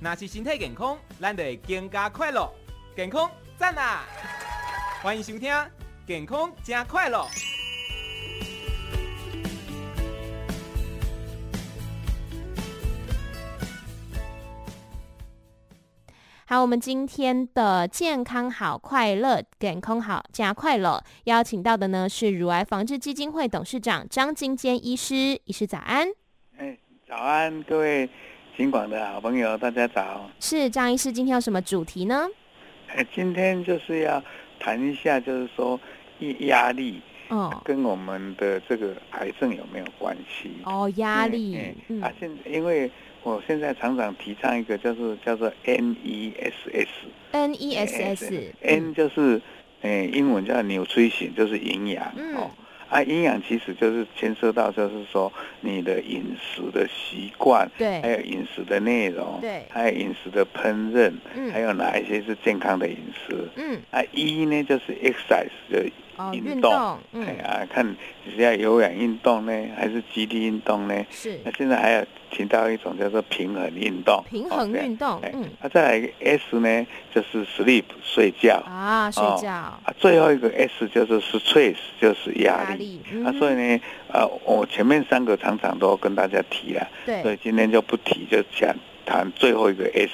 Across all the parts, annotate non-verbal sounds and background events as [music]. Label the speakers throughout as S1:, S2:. S1: 若是身体健康，咱就会更加快乐。健康赞啊！欢迎收听《健康真快乐》。
S2: 好，我们今天的健康好、快乐、健康好加快乐，邀请到的呢是乳癌防治基金会董事长张金坚医师。医师早安，
S3: 哎，早安，各位金广的好朋友，大家早。
S2: 是张医师，今天有什么主题呢？
S3: 哎，今天就是要谈一下，就是说压力
S2: 哦
S3: 跟我们的这个癌症有没有关系？
S2: 哦，压力
S3: 哎，
S2: 嗯，
S3: 啊，现因为我现在常常提倡一个叫做叫做 NESS，N
S2: N E S S
S3: N 就是哎英文叫 nutrition，就是营养、
S2: 嗯
S3: 哦。啊，营养其实就是牵涉到，就是说你的饮食的习惯，还
S2: 对
S3: 有饮食的内容，
S2: 哎对
S3: 还有饮食的烹饪，还
S2: 嗯
S3: 有哪一些是健康的饮食？
S2: 嗯
S3: 啊，一呢就是 exercise 的，
S2: 哦，
S3: 运
S2: 运
S3: 动
S2: 动
S3: 哎
S2: 嗯
S3: 呀，看你是要有氧运动呢，还是肌力运动呢？
S2: 是
S3: 那现在还有提到一种叫做平衡运动，
S2: 平衡
S3: 哦
S2: 运动
S3: 对
S2: 嗯
S3: 对啊，再来一个 S 呢，就是 sleep 睡觉，
S2: 啊睡
S3: 哦
S2: 觉
S3: 啊，最后一个 S 就是 stress 就是压
S2: 压
S3: 力。
S2: 力
S3: 啊，所以
S2: 嗯
S3: 呢，呃，我前面三个常常都跟大家提了，所
S2: 对
S3: 以今天就不提，就讲谈最后一个 S。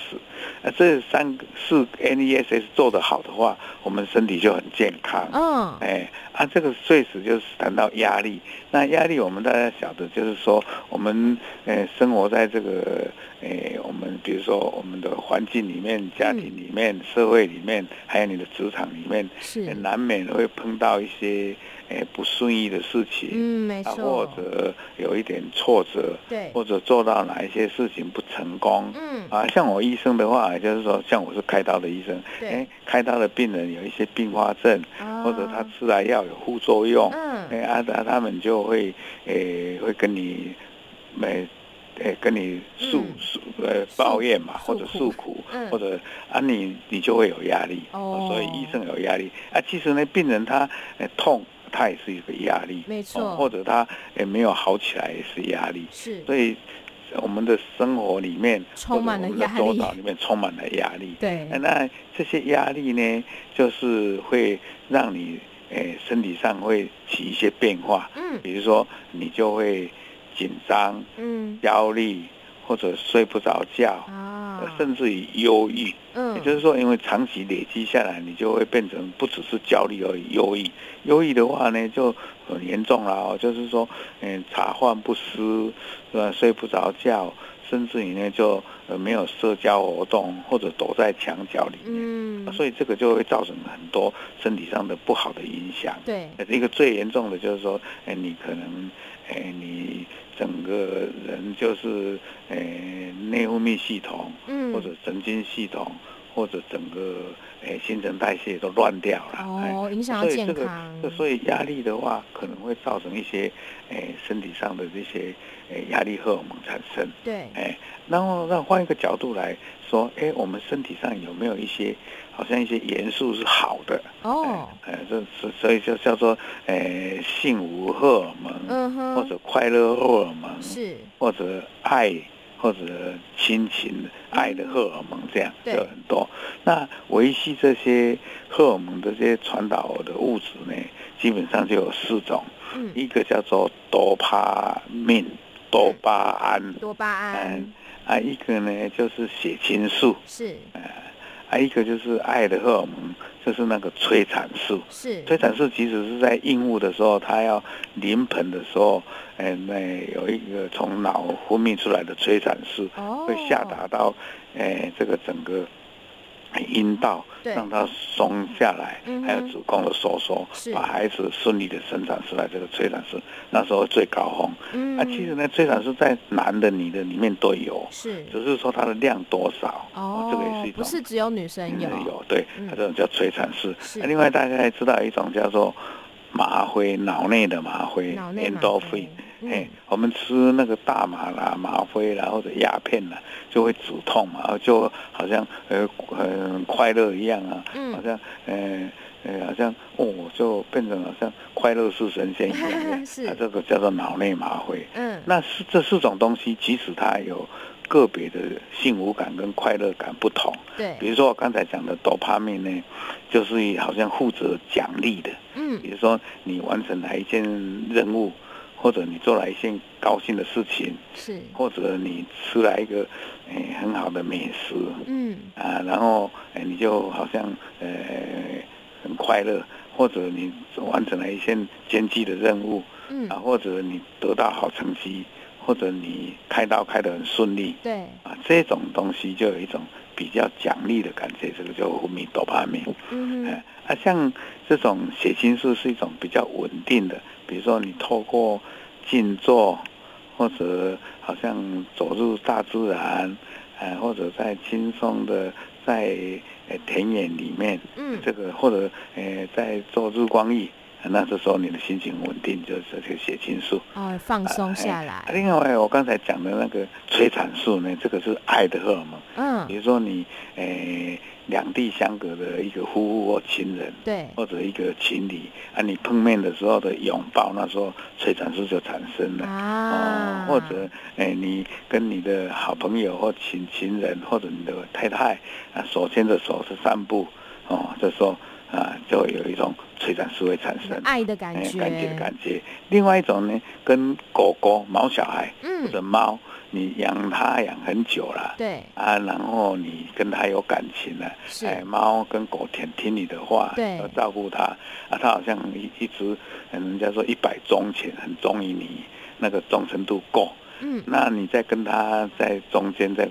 S3: 啊，这三个四 NESS 做得好的话，我们身体就很健康。
S2: 嗯
S3: 哎，啊，这个最始就是谈到压力。那压力，我们大家晓得，就是说我们呃生活在这个呃我们比如说我们的环境里面、家庭里面、社会里面，还有你的职场里面，呃
S2: 嗯是
S3: 难免会碰到一些呃不顺意的事情，
S2: 嗯没
S3: 啊，或
S2: 错
S3: 者有一点挫折，
S2: 对
S3: 或者做到哪一些事情不成功。
S2: 嗯
S3: 啊，像我医生的话，就是说，像我是开刀的医生，
S2: 对，
S3: 哎开刀的病人有一些并发症，
S2: 啊
S3: 或者他吃了药有副作用，
S2: 嗯
S3: 哎、啊，他他们就会，诶、会跟你，诶、诶、跟你诉
S2: 嗯
S3: 诉呃
S2: 诉
S3: 抱怨嘛，
S2: 诉
S3: 或
S2: 苦
S3: 者诉苦，
S2: 嗯
S3: 或者啊你你就会有压力，
S2: 哦
S3: 所以医生有压力啊。其实呢，病人他、呃、痛，他也是一个压力，
S2: 没错
S3: 哦或者他也没有好起来也是压力，
S2: 是
S3: 所以呃我们的生活里面
S2: 充满了
S3: 或者
S2: 压力
S3: 我们的周遭里面充满了压力。
S2: 对
S3: 哎那这些压力呢，就是会让你诶、身体上会起一些变化，
S2: 嗯
S3: 比如说你就会紧张、
S2: 嗯
S3: 焦虑，或者睡不着觉，
S2: 啊
S3: 呃甚至于忧郁。
S2: 嗯
S3: 也就是说，因为长期累积下来，你就会变成不只是焦虑而已，忧郁。忧郁的话呢，就很严重了哦，就是说，嗯，茶饭不思，是吧？睡不着觉，甚至于呢，就呃没有社交活动，或者躲在墙角里面。
S2: 嗯
S3: 所以这个就会造成很多身体上的不好的影响。
S2: 对
S3: 呃一个最严重的就是说，哎，你可能，哎，你整个人就是，哎，内分泌系统
S2: 嗯
S3: 或者神经系统，或者整个哎新陈代谢都乱掉了。哎
S2: 哦影响到
S3: 所以
S2: 健
S3: 这个
S2: 康，
S3: 这所以压力的话，可能会造成一些，哎，身体上的这些，哎，压力荷尔蒙产生。
S2: 对
S3: 哎，然后让换一个角度来说，哎，我们身体上有没有一些好像一些元素是好的？
S2: 哦
S3: 哎，这所所以就叫做哎幸福荷尔蒙，
S2: 嗯哼
S3: 或者快乐荷尔蒙，
S2: 是
S3: 或者爱。或者亲情、爱的荷尔蒙，这样就
S2: 对
S3: 很多。那维系这些荷尔蒙的这些传导的物质呢，基本上就有四种，
S2: 嗯
S3: 一个叫做多巴胺，多巴胺，
S2: 多巴胺
S3: 嗯啊，一个呢就是血清素，
S2: 是
S3: 啊，一个就是爱的荷尔蒙，就是那个催产素。
S2: 是
S3: 催产素其实是在孕妇的时候，她要临盆的时候，哎，那有一个从脑分泌出来的催产素，
S2: 哦
S3: 会下达到，哎，这个整个阴道，
S2: 对
S3: 让它松下来
S2: 嗯哼，
S3: 还有子宫的收缩
S2: 是，
S3: 把孩子顺利的生产出来。这个催产素那时候最高峰。
S2: 嗯
S3: 啊，其实呢，催产素在男的、女的里面都有。
S2: 是
S3: 只是说它的量多少，这个也
S2: 哦
S3: 是一
S2: 不
S3: 种。
S2: 是只有女生有
S3: 嗯有对，
S2: 嗯
S3: 它这种叫催产素。
S2: 是
S3: 啊另外，大家也知道一种叫做麻灰，脑内的麻灰
S2: 脑内吗
S3: （endorphin）。哎
S2: 嗯，
S3: 我们吃那个大麻啦、麻灰啦或者鸦片啦，就会止痛嘛，就好像呃很快乐一样啊，好
S2: 嗯
S3: 像呃呃好像哦，就变成好像快乐是神仙一样。
S2: [laughs] 是
S3: 啊这个叫做脑内麻灰。
S2: 嗯
S3: 那是这四种东西，即使它有个别的幸福感跟快乐感不同。比
S2: 对，
S3: 如说我刚才讲的多巴胺呢，就是好像负责奖励的，
S2: 嗯
S3: 比如说你完成了一件任务，或者你做了一件高兴的事情，
S2: 是，
S3: 或者你吃了一个诶、很好的美食
S2: 嗯
S3: 啊，然后诶、你就好像呃很快乐，或者你完成了一件艰巨的任务啊，
S2: 嗯，
S3: 或者你得到好成绩，或者你开刀开得很顺利，
S2: 对，
S3: 啊，这种东西就有一种比较奖励的感觉，这个叫分泌多巴胺。
S2: 嗯哼
S3: 哎，啊，像这种血清素是一种比较稳定的，比如说你透过静坐，或者好像走入大自然，呃，或者在轻松的在呃田园里面，
S2: 嗯
S3: 这个或者呃在做日光浴，啊那这时候你的心情稳定，就是这个血清素。
S2: 哦，放松下
S3: 啊
S2: 来，
S3: 另外，我刚才讲的那个催产素呢，这个是爱的荷尔蒙。比
S2: 嗯，
S3: 如说你诶呃两地相隔的一个夫妇或情人，
S2: 对，
S3: 或者一个情侣啊，你碰面的时候的拥抱，那时候催产素就产生了。
S2: 啊，
S3: 或者，诶你跟你的好朋友或情情人，或者你的太太啊，手牵着手去散步，哦，这时候啊，就会有一种催产素会产生，
S2: 爱的感
S3: 哎
S2: 觉，嗯
S3: 感觉的感觉。另外一种呢，跟狗狗、毛小孩或
S2: 嗯，
S3: 者猫，你养它养很久了，
S2: 对，
S3: 啊，然后你跟它有感情了、
S2: 是，
S3: 哎，猫跟狗听听你的话，
S2: 对
S3: 要照顾它啊，它好像一一直，嗯人家说一百忠犬，很忠于你，那个忠诚度够。
S2: 嗯
S3: 那你在跟它在中间在，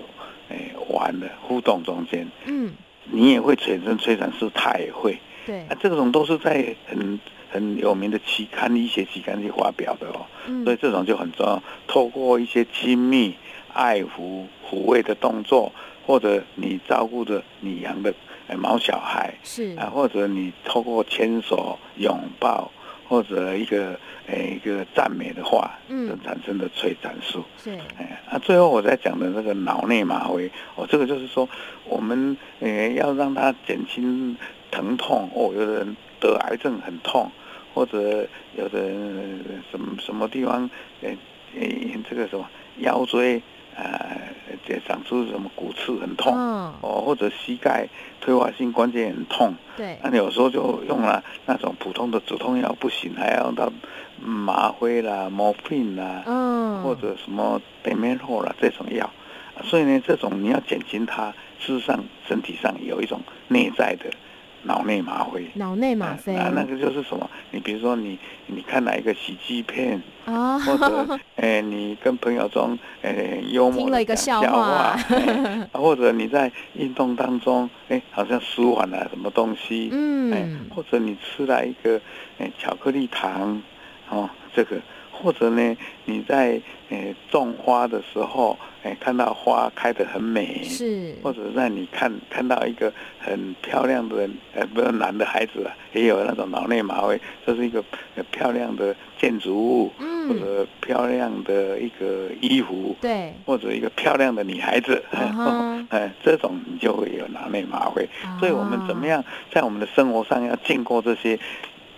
S3: 哎，玩的互动中间，
S2: 嗯，
S3: 你也会产生催产素，它也会
S2: 对
S3: 啊，，这种都是在很很有名的期刊、医学期刊去发表的哦。
S2: 嗯
S3: 所以这种就很重要。透过一些亲密、爱抚、抚慰的动作，或者你照顾着你养的呃毛小孩
S2: 是，
S3: 啊，或者你透过牵手、拥抱，或者一个呃一个赞美的话，
S2: 嗯
S3: 就产生的催产素。
S2: 是，
S3: 哎，啊，最后我在讲的那个脑内吗啡，哦，这个就是说，我们呃要让它减轻疼痛。哦，有的人得癌症很痛，或者有的人呃什么什么地方，呃呃这个什么腰椎呃这长出什么骨刺很痛，
S2: 嗯，
S3: 哦，或者膝盖退化性关节很痛。
S2: 对
S3: 那、，有时候就用了那种普通的止痛药不行，还要用到麻灰啦、morphine 啦。
S2: 嗯，
S3: 或者什么北面后啦这种药，啊所以呢，这种你要减轻它，事实上身体上有一种内在的脑内吗啡。
S2: 脑内吗啡
S3: 啊，那个就是什么？你比如说你你看了一个喜剧
S2: [laughs]
S3: 片，
S2: 啊，
S3: 或者哎、你跟朋友中哎、幽默地
S2: 听了一个
S3: 讲
S2: 笑
S3: 笑
S2: 话 [laughs]
S3: 哎或者你在运动当中哎、好像舒缓了什么东西，哎
S2: 嗯，，
S3: 或者你吃了一个哎巧克力糖，哦，这个，或者呢你在哎种花的时候，哎看到花开得很美，
S2: 是，
S3: 哎或者让你看看到一个很漂亮的呃不是男的孩子啊，也有那种脑内麻味，这是一个呃漂亮的建筑物，或
S2: 嗯，
S3: 者漂亮的一个衣服，
S2: 对，
S3: 或者一个漂亮的女孩子，
S2: 啊哈
S3: [laughs] 哎，这种你就会有脑内麻味。所以我们怎么
S2: 啊？
S3: 样在我们的生活上要建构这些，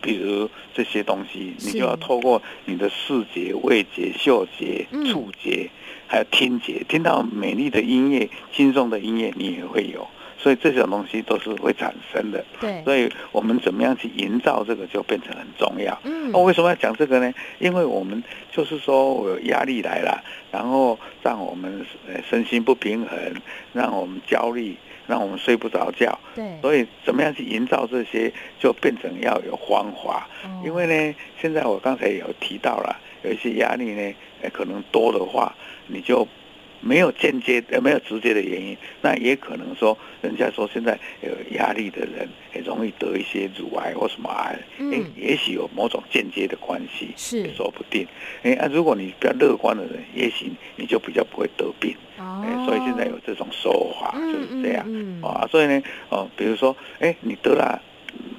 S3: 比如这些东西，
S2: 是
S3: 你就要透过你的视觉、味觉、嗅觉
S2: 嗯、
S3: 触觉，还有听觉，听到美丽的音乐、轻松的音乐，你也会有。所以这种东西都是会产生的，
S2: 啊对，
S3: 所以我们怎么样去营造这个就变成很重要。
S2: 嗯
S3: 那、，为什么要讲这个呢？因为我们就是说我有压力来了，然后让我们呃身心不平衡，让我们焦虑，让我们睡不着觉，
S2: 对，
S3: 所以怎么样去营造这些，就变成要有方法。
S2: 哦
S3: 因为呢，现在我刚才有提到了，有一些压力呢，呃，可能多的话，你就没有间接呃没有直接的原因，那也可能说，人家说现在有压力的人，也容易得一些乳癌或什么癌，也
S2: 嗯，
S3: 也许有某种间接的关系。
S2: 是
S3: 也，说不定，哎、啊，如果你比较乐观的人，也许你就比较不会得病，
S2: 哦
S3: 哎、，所以现在有这种说法就是这样。
S2: 嗯，嗯嗯
S3: 啊，所以呢，哦，比如说，哎，你得了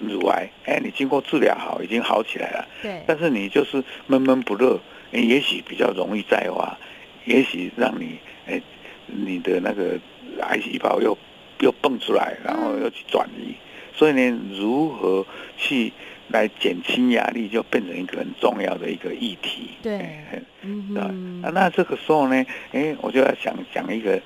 S3: 乳癌，哎，你经过治疗好，已经好起来了，
S2: 对，
S3: 但是你就是闷闷不乐，哎也许比较容易再发，也许让你，哎，你的那个癌细胞
S2: 嗯
S3: 又又蹦出来，然后又去转移，所以呢，如何去来减轻压力，就变成一个很重要的一个议题。
S2: 对
S3: 哎
S2: 嗯
S3: 对
S2: 哼
S3: 啊，那这个时候呢，哎，我就要想想一个，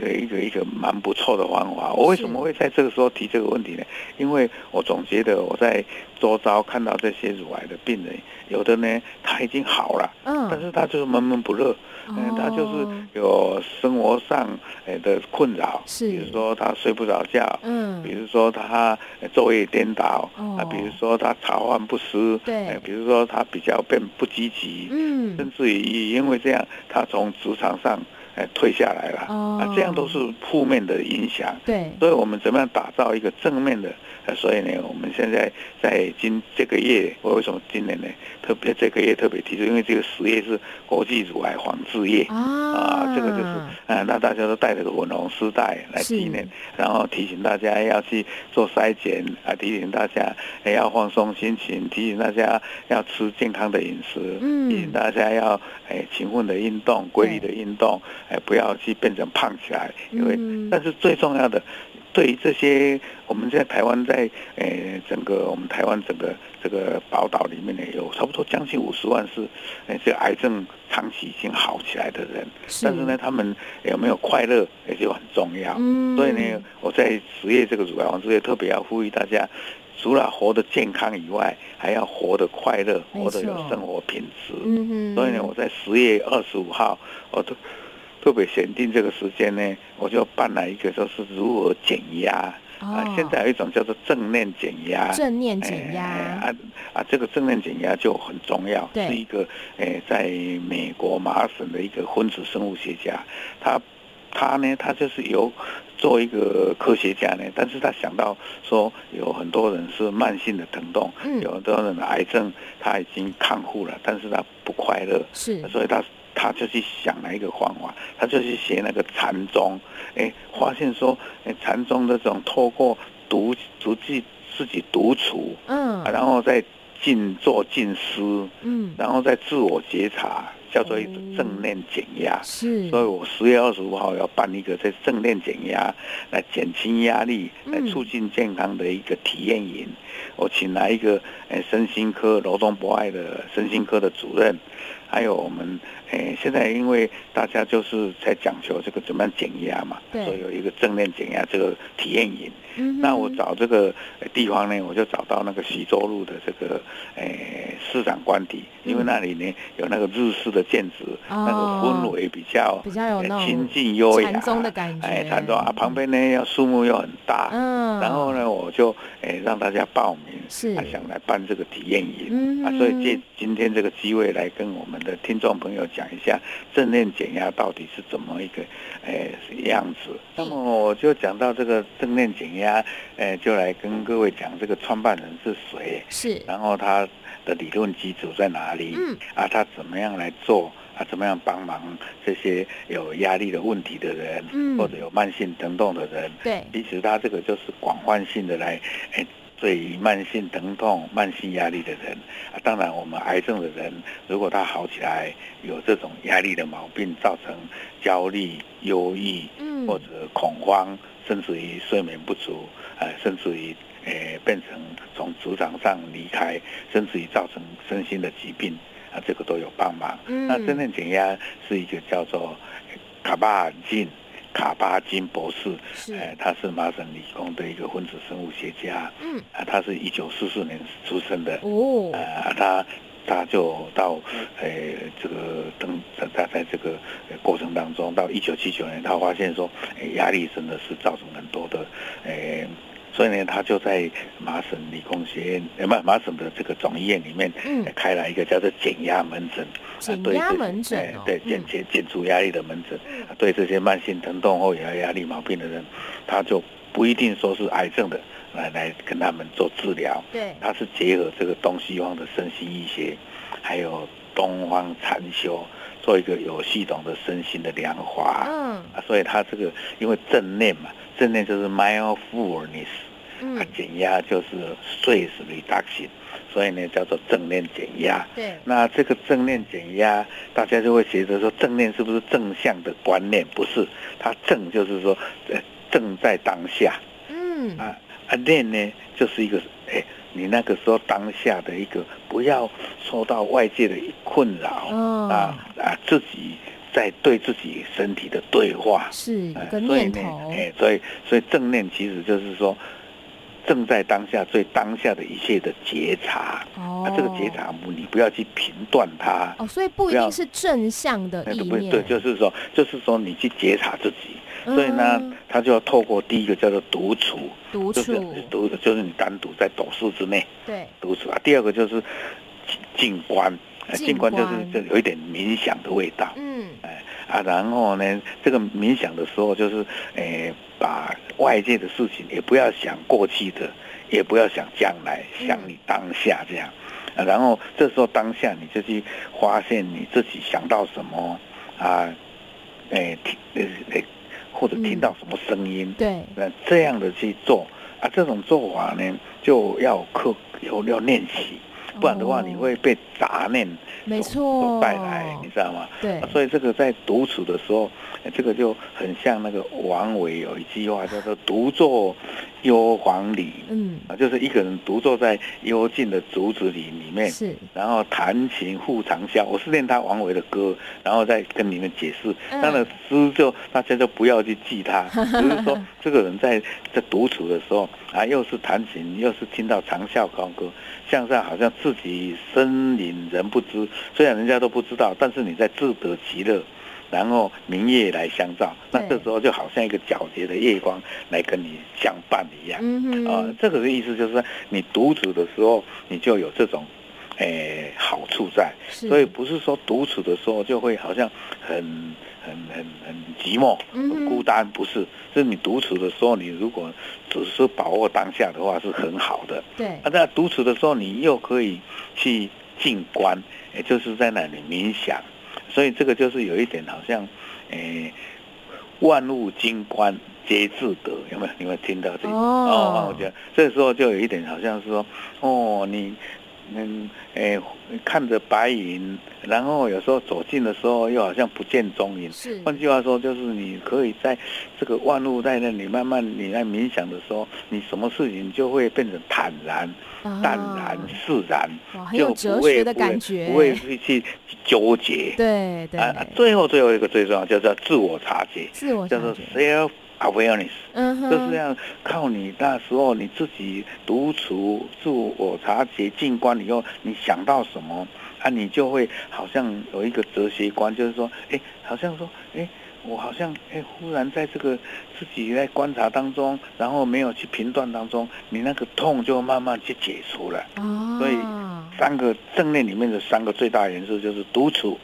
S3: 呃，一个一个蛮不错的方法。我为什么会在这个时候提这个问题呢？因为我总觉得我在周遭看到这些乳癌的病人，有的呢他已经好了，但
S2: 嗯，
S3: 是他就是闷闷不乐，嗯、他就是
S2: 哦
S3: 有生活上呃的困扰，
S2: 是
S3: 比如说他睡不着觉。
S2: 嗯，
S3: 比如说他呃昼夜颠倒，
S2: 哦
S3: 啊，比如说他茶饭不思，
S2: 对
S3: 呃比如说他比较变不积极，
S2: 嗯
S3: 甚至于因为这样，他从职场上哎退下来了、
S2: 哦
S3: 啊，这样都是负面的影响。
S2: 对，
S3: 所以我们怎么样打造一个正面的？呃所以呢，我们现在在今这个月，我为什么今年呢特别这个月特别提出？因为这个十月是国际乳癌防治月。
S2: 啊
S3: 啊，这个就是，啊、那大家都带着粉红丝带来纪念，然后提醒大家要去做筛检啊，提醒大家、哎要放松心情，提醒大家要吃健康的饮食，
S2: 嗯
S3: 提醒大家要哎勤奋的运动、规律的运动，哎不要去变成胖起来，因为、
S2: 嗯
S3: 但是最重要的。对于这些，我们在台湾在呃整个我们台湾整个这个宝岛里面呢，有差不多将近五十万是，呃这个癌症长期已经好起来的人，但是呢，，他们呃有没有快乐也就很重要。
S2: 嗯，
S3: 所以呢，我在职业这个主要行业特别要呼吁大家，除了活得健康以外，还要活得快乐，
S2: 没错
S3: 活得有生活品质。
S2: 嗯哼，
S3: 所以呢，我在十月二十五号，我特特别选定这个时间呢，我就办了一个，就是如何减压、
S2: 哦
S3: 啊。现在有一种叫做正念减压，
S2: 正念减
S3: 哎
S2: 压，
S3: 啊啊，这个正念减压就很重要，
S2: 对
S3: 是一个诶、在美国麻省的一个分子生物学家，他他呢，他就是由做一个科学家呢，但是他想到说有很多人是慢性的疼痛，
S2: 嗯
S3: 有很多人的癌症他已经康复了，但是他不快乐，
S2: 是
S3: 所以他他就去想了一个方法，他就去学那个禅宗，哎，发现说，哎，禅宗这种透过独独自自己独处，啊
S2: 嗯
S3: 然后再静坐静思，
S2: 嗯
S3: 然后再自我觉察，叫做一个
S2: 哦
S3: 正念减压。
S2: 是，
S3: 所以我十月二十五号要办一个在正念减压，来减轻压力，来
S2: 嗯
S3: 促进健康的一个体验营。我请来一个呃身心科罗东博爱的身心科的主任，还有我们诶、呃现在因为大家就是在讲求这个怎么样减压嘛，
S2: 对
S3: 所以有一个正念减压这个体验营。
S2: 嗯哼
S3: 那我找这个呃地方呢，我就找到那个徐州路的这个诶、市长官邸，因为那里呢有那个日式的建筑，
S2: 哦
S3: 那个氛围比较
S2: 比较有
S3: 呃
S2: 哦那
S3: 亲
S2: 种
S3: 近优雅，
S2: 禅宗的感觉
S3: 哎，禅宗啊，旁边呢要树木又很大，
S2: 嗯，
S3: 然后呢我就诶、让大家报名，
S2: 是
S3: 啊想来办这个体验营。
S2: 嗯
S3: 啊，
S2: 哼
S3: 所以借今天这个机会来跟我们的听众朋友讲一下正念减压到底是怎么一个诶、样子。那么我就讲到这个正念减压，诶、就来跟各位讲这个创办人是谁，
S2: 是
S3: 然后他的理论基础在哪里，
S2: 嗯
S3: 啊，他怎么样来做。啊，怎么样帮忙这些有压力的问题的人，
S2: 嗯
S3: 或者有慢性疼痛的人，
S2: 对
S3: 其实他这个就是广泛性的来，哎，对于慢性疼痛、慢性压力的人，啊，当然我们癌症的人，如果他好起来，有这种压力的毛病，造成焦虑、忧郁
S2: 嗯
S3: 或者恐慌，甚至于睡眠不足，呃，甚至于。诶、变成从职场上离开，甚至于造成身心的疾病，啊，这个都有帮忙。
S2: 嗯
S3: 那正念减压是一个叫做卡巴尔金卡巴金博士，
S2: 是
S3: 呃，他是麻省理工的一个分子生物学家，
S2: 嗯
S3: 啊，他是一九四四年出生的，
S2: 哦
S3: 呃，他他就到呃这个等他在这个呃过程当中，到一九七九年，他发现说，呃压力真的是造成很多的，呃。所以呢，他就在麻省理工学院，呃，不，麻省的这个总医院里面，
S2: 嗯
S3: 呃开了一个叫做减压门诊，啊
S2: 减
S3: 对
S2: 压
S3: 这
S2: 门诊
S3: 哎
S2: 哦
S3: 对，减
S2: 嗯
S3: 减减除压力的门诊，啊对这些慢性疼痛后有压力毛病的人，他就不一定说是癌症的，来来跟他们做治疗，
S2: 对
S3: 它是结合这个东西方的身心医学，还有东方禅修，做一个有系统的身心的量化。
S2: 嗯
S3: 啊，所以它这个因为正念嘛，正念就是 mindfulness，啊
S2: 嗯，
S3: 减压就是 stress reduction，所以呢叫做正念减压。
S2: 对
S3: 那这个正念减压，大家就会觉得说正念是不是正向的观念？不是，它正就是说，呃，正在当下
S2: 嗯
S3: 啊啊念呢，就是一个哎，你那个时候当下的一个，不要受到外界的困扰、
S2: 嗯
S3: 啊啊，自己在对自己身体的对话，
S2: 是一
S3: 哎
S2: 个
S3: 所以
S2: 念
S3: 呢
S2: 头，
S3: 哎，所以所以正念其实就是说，正在当下对当下的一切的觉察。
S2: 哦
S3: 啊，这个觉察不，你不要去评断它，
S2: 哦，所以不一
S3: 不要
S2: 定是正向的
S3: 那
S2: 意
S3: 个不
S2: 念，
S3: 对，就是说，就是说你去觉察自己，
S2: 嗯
S3: 所以呢，他就要透过第一个叫做独处，
S2: 独
S3: 就是
S2: 处，
S3: 独就是你单独在斗室之内
S2: 对，
S3: 独处啊。第二个就是静静观，呃
S2: 静
S3: 静
S2: 观
S3: 观就是这有一点冥想的味道
S2: 嗯，
S3: 啊。然后呢，这个冥想的时候就是，诶、把外界的事情也不要想过去的，也不要想将来，
S2: 嗯
S3: 想你当下这样。啊、然后这时候当下你就去发现你自己想到什么啊，诶、听诶诶，或者
S2: 嗯
S3: 听到什么声音。
S2: 对，
S3: 那这样的去做啊，这种做法呢，就要有刻有要练习，不然的话
S2: 哦
S3: 你会被杂念
S2: 没
S3: 所所
S2: 错，
S3: 带来，你知道吗？
S2: 对
S3: 啊，所以这个在独处的时候，呃这个就很像那个王维有一句话叫做“独坐幽篁里
S2: 嗯”，，
S3: 啊，就是一个人独坐在幽静的竹子林里面，
S2: 是，
S3: 然后弹琴复长啸。我是练他王维的歌，然后再跟你们解释。
S2: 嗯
S3: 当然诗就大家就不要去记
S2: [laughs]
S3: 它，只是说这个人在在独处的时候啊，又是弹琴，又是听到长啸高歌，像是好像自己身隐人不知，虽然人家都不知道，但是你在自得其乐。然后明月来相照，那
S2: 对
S3: 这时候就好像一个皎洁的月光来跟你相伴一样。
S2: 嗯哼，
S3: 啊、这个的意思就是说，你独处的时候，你就有这种，诶、好处在。
S2: 是
S3: 所以不是说独处的时候就会好像很很很很寂寞、
S2: 嗯哼
S3: 很孤单，不是。是你独处的时候，你如果只是把握当下的话，是很好的。
S2: 对
S3: 啊，，在独处的时候，你又可以去静观，也就是在那里冥想，所以这个就是有一点好像，诶、万物精观皆自得，有没有？你们听到这一句？
S2: 哦
S3: 万物精，这时候就有一点好像是说，哦，你。嗯，诶、看着白云，然后有时候走近的时候，又好像不见踪影，
S2: 是，
S3: 换句话说，就是你可以在这个万物在那里慢慢你在冥想的时候，你什么事情就会变成坦然、
S2: 哦
S3: 淡然、释然，
S2: 啊，哇，很
S3: 就
S2: 有
S3: 不
S2: 哲
S3: 会
S2: 学的
S3: 不会
S2: 感觉，
S3: 不会去去纠结。
S2: 对对，
S3: 啊，最后最后一个最重要，叫做自我察觉，
S2: 自我察
S3: 叫做
S2: 觉，
S3: self awareness。
S2: 嗯哼，
S3: 就是要靠你那时候你自己独处、自我察觉、静观以后，你想到什么啊，你就会好像有一个哲学观，就是说，哎，好像说，哎，我好像哎，忽然在这个自己在观察当中，然后没有去评断当中，你那个痛就慢慢去解除了。
S2: 啊，
S3: 所以三个正念里面的三个最大元素就是独处、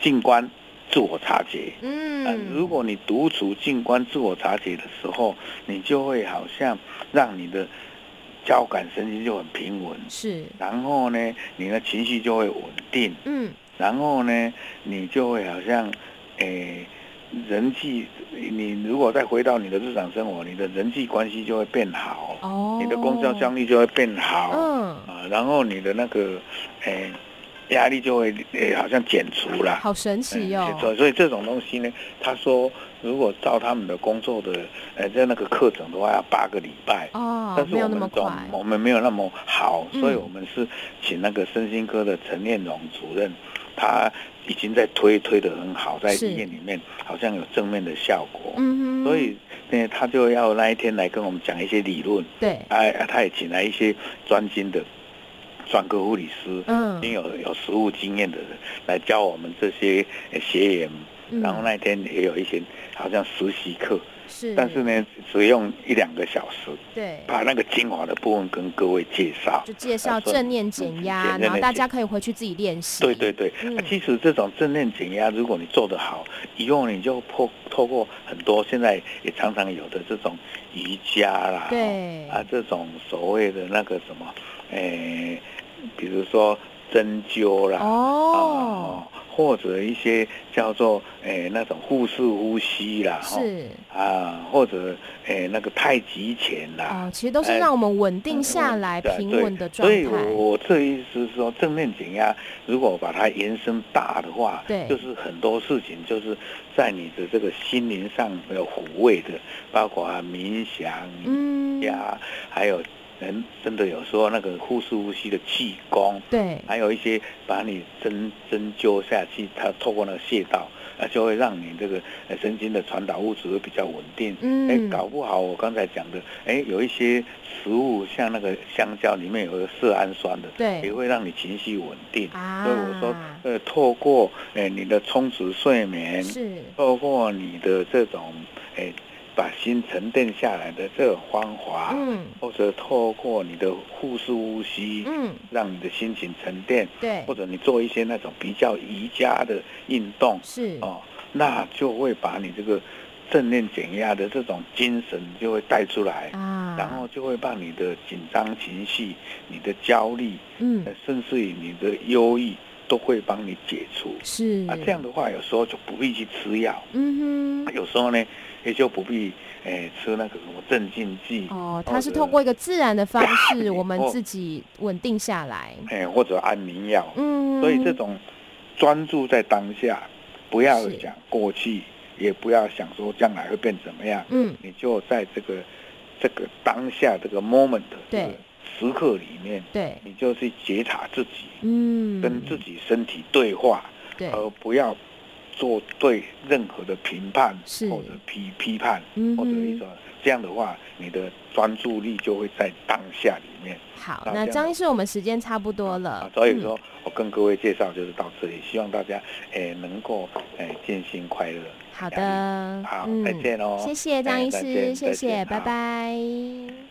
S3: 静观、自我察觉。呃
S2: 嗯，
S3: 如果你独处静观自我察觉的时候，你就会好像让你的交感神经就很平稳，
S2: 嗯是，
S3: 然后呢，你的情绪就会稳定，
S2: 嗯，
S3: 然后呢，你就会好像，诶、人际，你如果再回到你的日常生活，你的人际关系就会变好，
S2: 哦，
S3: 你的工作效率就会变好，啊、
S2: 嗯，
S3: 然后你的那个，诶、压力就会诶、好像减除了。
S2: 好神奇
S3: 嗯
S2: 哦
S3: 没，错所以这种东西呢，他说如果照他们的工作的呃在那个课程的话，要八个礼拜。
S2: 哦
S3: 但，是
S2: 没有
S3: 我
S2: 那么
S3: 们总
S2: 快，
S3: 我们没有那么好，
S2: 嗯
S3: 所以我们是请那个身心科的陈念荣主任，他已经在推推的很好，在
S2: 是
S3: 医院里面好像有正面的效果，
S2: 嗯哼，
S3: 所以呢他就要那一天来跟我们讲一些理论，
S2: 对，
S3: 哎、啊，他也请来一些专精的专科护理师，
S2: 嗯
S3: 已，经有有实务经验的人来教我们这些呃学员。
S2: 嗯
S3: 然后那一天也有一些好像实习课，
S2: 是，
S3: 但是呢，只用一两个小时，
S2: 对。
S3: 把那个精华的部分跟各位介绍。
S2: 就介绍
S3: 呃所以
S2: 正念减压，
S3: 嗯
S2: 然后大
S3: 正念减
S2: 家可以回去自己练习。
S3: 对对对，
S2: 嗯
S3: 啊其实这种正念减压，如果你做得好，以后你就破透过很多现在也常常有的这种瑜伽啦，
S2: 对
S3: 啊这种所谓的那个什么，诶、比如说针灸啦，
S2: 哦，
S3: [laughs] 哦，或者一些叫做诶、那种腹式呼吸啦，吼
S2: 是
S3: 啊，或者诶、那个太极拳啦，
S2: 哦，其实都是
S3: 哎
S2: 让我们稳定下
S3: 嗯
S2: 来、
S3: 对
S2: 平稳的状
S3: 所以
S2: 态。
S3: 我我这意思是说，正面减压，如果把它延伸大的话，
S2: 对
S3: 就是很多事情就是在你的这个心灵上有抚慰的，包括冥想、瑜
S2: 嗯，
S3: 伽，还有人真的有时候那个腹式呼吸的气功，
S2: 对，
S3: 还有一些把你针针灸下去，它透过那个穴道，那就会让你这个呃神经的传导物质会比较稳定。哎、
S2: 嗯，
S3: 搞不好我刚才讲的，哎，有一些食物像那个香蕉里面有色氨酸的，也
S2: 对
S3: 会让你情绪稳定。
S2: 啊，
S3: 所以我说，呃，透过哎你的充足睡眠，
S2: 是，
S3: 透过你的这种哎把心沉淀下来的这种方法，
S2: 嗯
S3: 或者透过你的腹式呼吸，
S2: 嗯，
S3: 让你的心情沉淀，
S2: 对
S3: 或，者你做一些那种比较瑜伽的运动
S2: 是，
S3: 哦，那就会把你这个正念减压的这种精神就会带出来，
S2: 啊，
S3: 然后就会把你的紧张情绪、你的焦虑，
S2: 嗯
S3: 呃甚至于你的忧郁，都会帮你解除。
S2: 是
S3: 啊，这样，哎的话有时候就不必去吃药，
S2: 嗯哼，
S3: 有时候呢也就不必诶、吃那个什么镇静剂，
S2: 哦，
S3: 或
S2: 它是
S3: 者
S2: 透过一个自然的方式，
S3: 以
S2: 我们
S3: 后
S2: 自己稳定下来，
S3: 诶、或者安眠药。
S2: 嗯，
S3: 所以这种专注在当下，不要
S2: 是
S3: 想过去，也不要想说将来会变怎么样，
S2: 嗯
S3: 你就在这个这个当下这个 moment 这个
S2: 对
S3: 时刻里面，
S2: 对，
S3: 你就去觉察自己，
S2: 嗯，
S3: 跟自呃己身体对话，
S2: 对，
S3: 而不要做对任何的评判
S2: 是
S3: 或者批批判。
S2: 嗯
S3: 或者一
S2: 哼，
S3: 种这样的话，你的专注力就会在当下里面
S2: 好，
S3: 那
S2: 那
S3: 这样
S2: 张
S3: 的
S2: 医师，我们时间差不多
S3: 啊
S2: 了，。
S3: 所以
S2: 嗯
S3: 说，我跟各位介绍就是到这里，希望大家诶、能够诶、健心快乐。
S2: 嗯好的，嗯
S3: 好，再见哦，
S2: 谢谢张医
S3: 哎再
S2: 师，
S3: 见
S2: 谢
S3: 再
S2: 谢，
S3: 见
S2: 拜
S3: 好
S2: 拜。